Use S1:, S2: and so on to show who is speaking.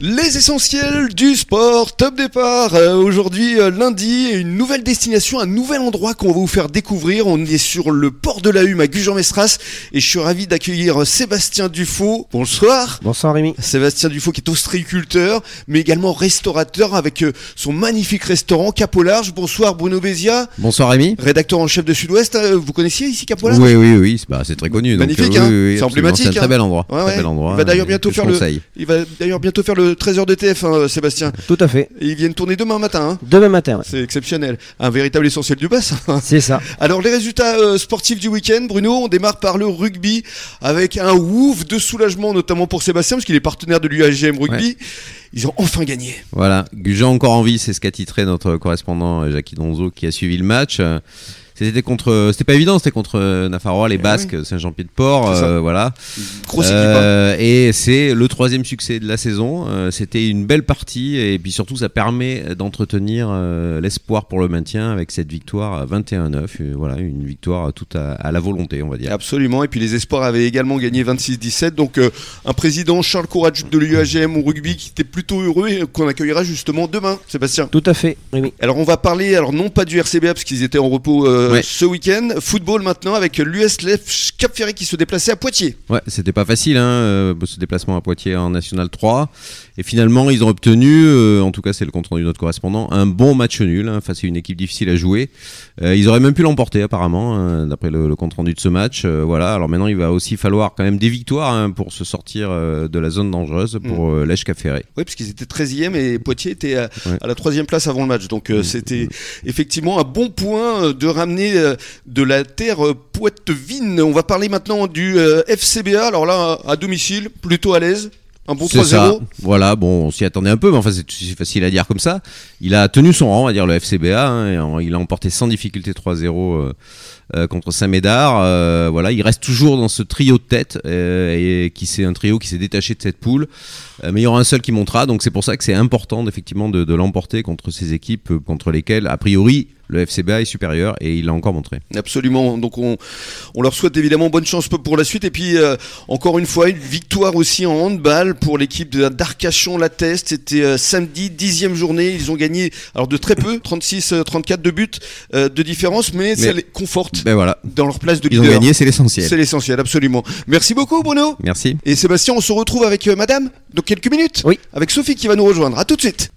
S1: Les essentiels du sport, top départ. Euh, Aujourd'hui, euh, lundi, une nouvelle destination, un nouvel endroit qu'on va vous faire découvrir. On est sur le port de la Hume à Gujan-Mestras et je suis ravi d'accueillir euh, Sébastien Dufaux. Bonsoir.
S2: Bonsoir Rémi.
S1: Sébastien Dufaux qui est ostréiculteur, mais également restaurateur avec euh, son magnifique restaurant Cap au Large. Bonsoir Bruno Bézia,
S3: Bonsoir Rémi.
S1: rédacteur en chef de Sud-Ouest. Euh, Vous connaissiez ici Cap au Large
S3: Oui, oui, oui, c'est bah, c'est très connu. donc,
S1: Magnifique,
S3: euh,
S1: hein.
S3: oui, oui,
S1: C'est
S3: absolument,
S1: emblématique,
S3: C'est un
S1: hein.
S3: très bel endroit.
S1: Ouais,
S3: très
S1: ouais.
S3: bel endroit,
S1: Il va d'ailleurs
S3: euh,
S1: bientôt
S3: que
S1: faire
S3: je
S1: le-
S3: conseille.
S1: Il va d'ailleurs bientôt faire le 13h de TF, hein, Sébastien.
S2: Tout à fait.
S1: Et ils viennent tourner demain matin. hein.
S2: Demain matin. ouais.
S1: C'est exceptionnel. Un véritable essentiel du bassin.
S2: C'est ça.
S1: Alors les résultats euh, sportifs du week-end, Bruno, on démarre par le rugby avec un ouf de soulagement, notamment pour Sébastien, parce qu'il est partenaire de l'UAGM Rugby. Ils ont enfin gagné.
S3: Voilà, Gujan encore en vie, c'est ce qu'a titré notre correspondant euh, Jackie Donzo qui a suivi le match. Euh, C'était contre, c'était pas évident, c'était contre euh, Nafarroa, les Basques, Saint-Jean-Pied-de-Port,
S1: Eh C'est ça.
S3: euh, voilà.
S1: Grosse équipe. hein.
S3: Euh, et c'est le troisième succès de la saison. Euh, C'était une belle partie et puis surtout ça permet d'entretenir euh, l'espoir pour le maintien avec cette victoire à 21-9. Euh, Voilà, une victoire toute à, à la volonté, on va dire.
S1: hein. Absolument, et puis les Espoirs avaient également gagné 26-17, donc euh, un président, Charles Courage de l'UAGM au rugby, qui était plutôt heureux et qu'on accueillera justement demain, Sébastien.
S2: Tout à fait, Rémi.
S1: Alors on va parler, alors non pas du RCBA parce qu'ils étaient en repos euh,
S3: Ouais.
S1: ce week-end, football maintenant avec l'US Lef Cap Ferré qui se déplaçait à Poitiers.
S3: Ouais, c'était pas facile, hein, euh, ce déplacement à Poitiers en National 3. Et finalement, ils ont obtenu, euh, en tout cas c'est le compte rendu de notre correspondant, un bon match nul hein, face à une équipe difficile à jouer. Euh, ils auraient même pu l'emporter apparemment, hein, d'après le, le compte rendu de ce match. Euh, voilà. Alors maintenant, il va aussi falloir quand même des victoires hein, pour se sortir euh, de la zone dangereuse pour euh, l'Èche Caféré.
S1: Oui, parce qu'ils étaient 13e et Poitiers était à,
S3: Ouais.
S1: à la troisième place avant le match. Donc euh, c'était effectivement un bon point euh, de ramener euh, de la terre euh, poitevine. On va parler maintenant du euh, FCBA. Alors là, à domicile, plutôt à l'aise. Un bon
S3: C'est ça.
S1: 3-0.
S3: Voilà, bon, on s'y attendait un peu, mais enfin, c'est c'est facile à dire comme ça. Il a tenu son rang, on va dire, le FCBA. hein, et en- il a emporté sans difficulté 3-0 euh, euh, contre Saint-Médard. Euh, voilà, il reste toujours dans ce trio de tête, euh, et qui c'est un trio qui s'est détaché de cette poule. Euh, mais il y aura un seul qui montera, donc c'est pour ça que c'est important, effectivement, de, de l'emporter contre ces équipes euh, contre lesquelles, a priori, le FCBA est supérieur, et il l'a encore montré.
S1: Absolument. Donc on, on leur souhaite évidemment bonne chance pour la suite. Et puis euh, encore une fois, une victoire aussi en handball pour l'équipe de- d'Arcachon La Teste. C'était euh, samedi, dixième journée. Ils ont gagné alors de très peu, 36-34 de buts euh, de différence, mais,
S3: Mais-
S1: ça les conforte
S3: Ben voilà,
S1: dans leur place de
S3: ils ont
S1: leader.
S3: gagné, c'est l'essentiel.
S1: C'est l'essentiel, absolument. Merci beaucoup, Bruno.
S3: Merci.
S1: Et Sébastien, on se retrouve avec euh, Madame dans quelques minutes.
S2: Oui.
S1: Avec Sophie qui va nous rejoindre. À tout de suite.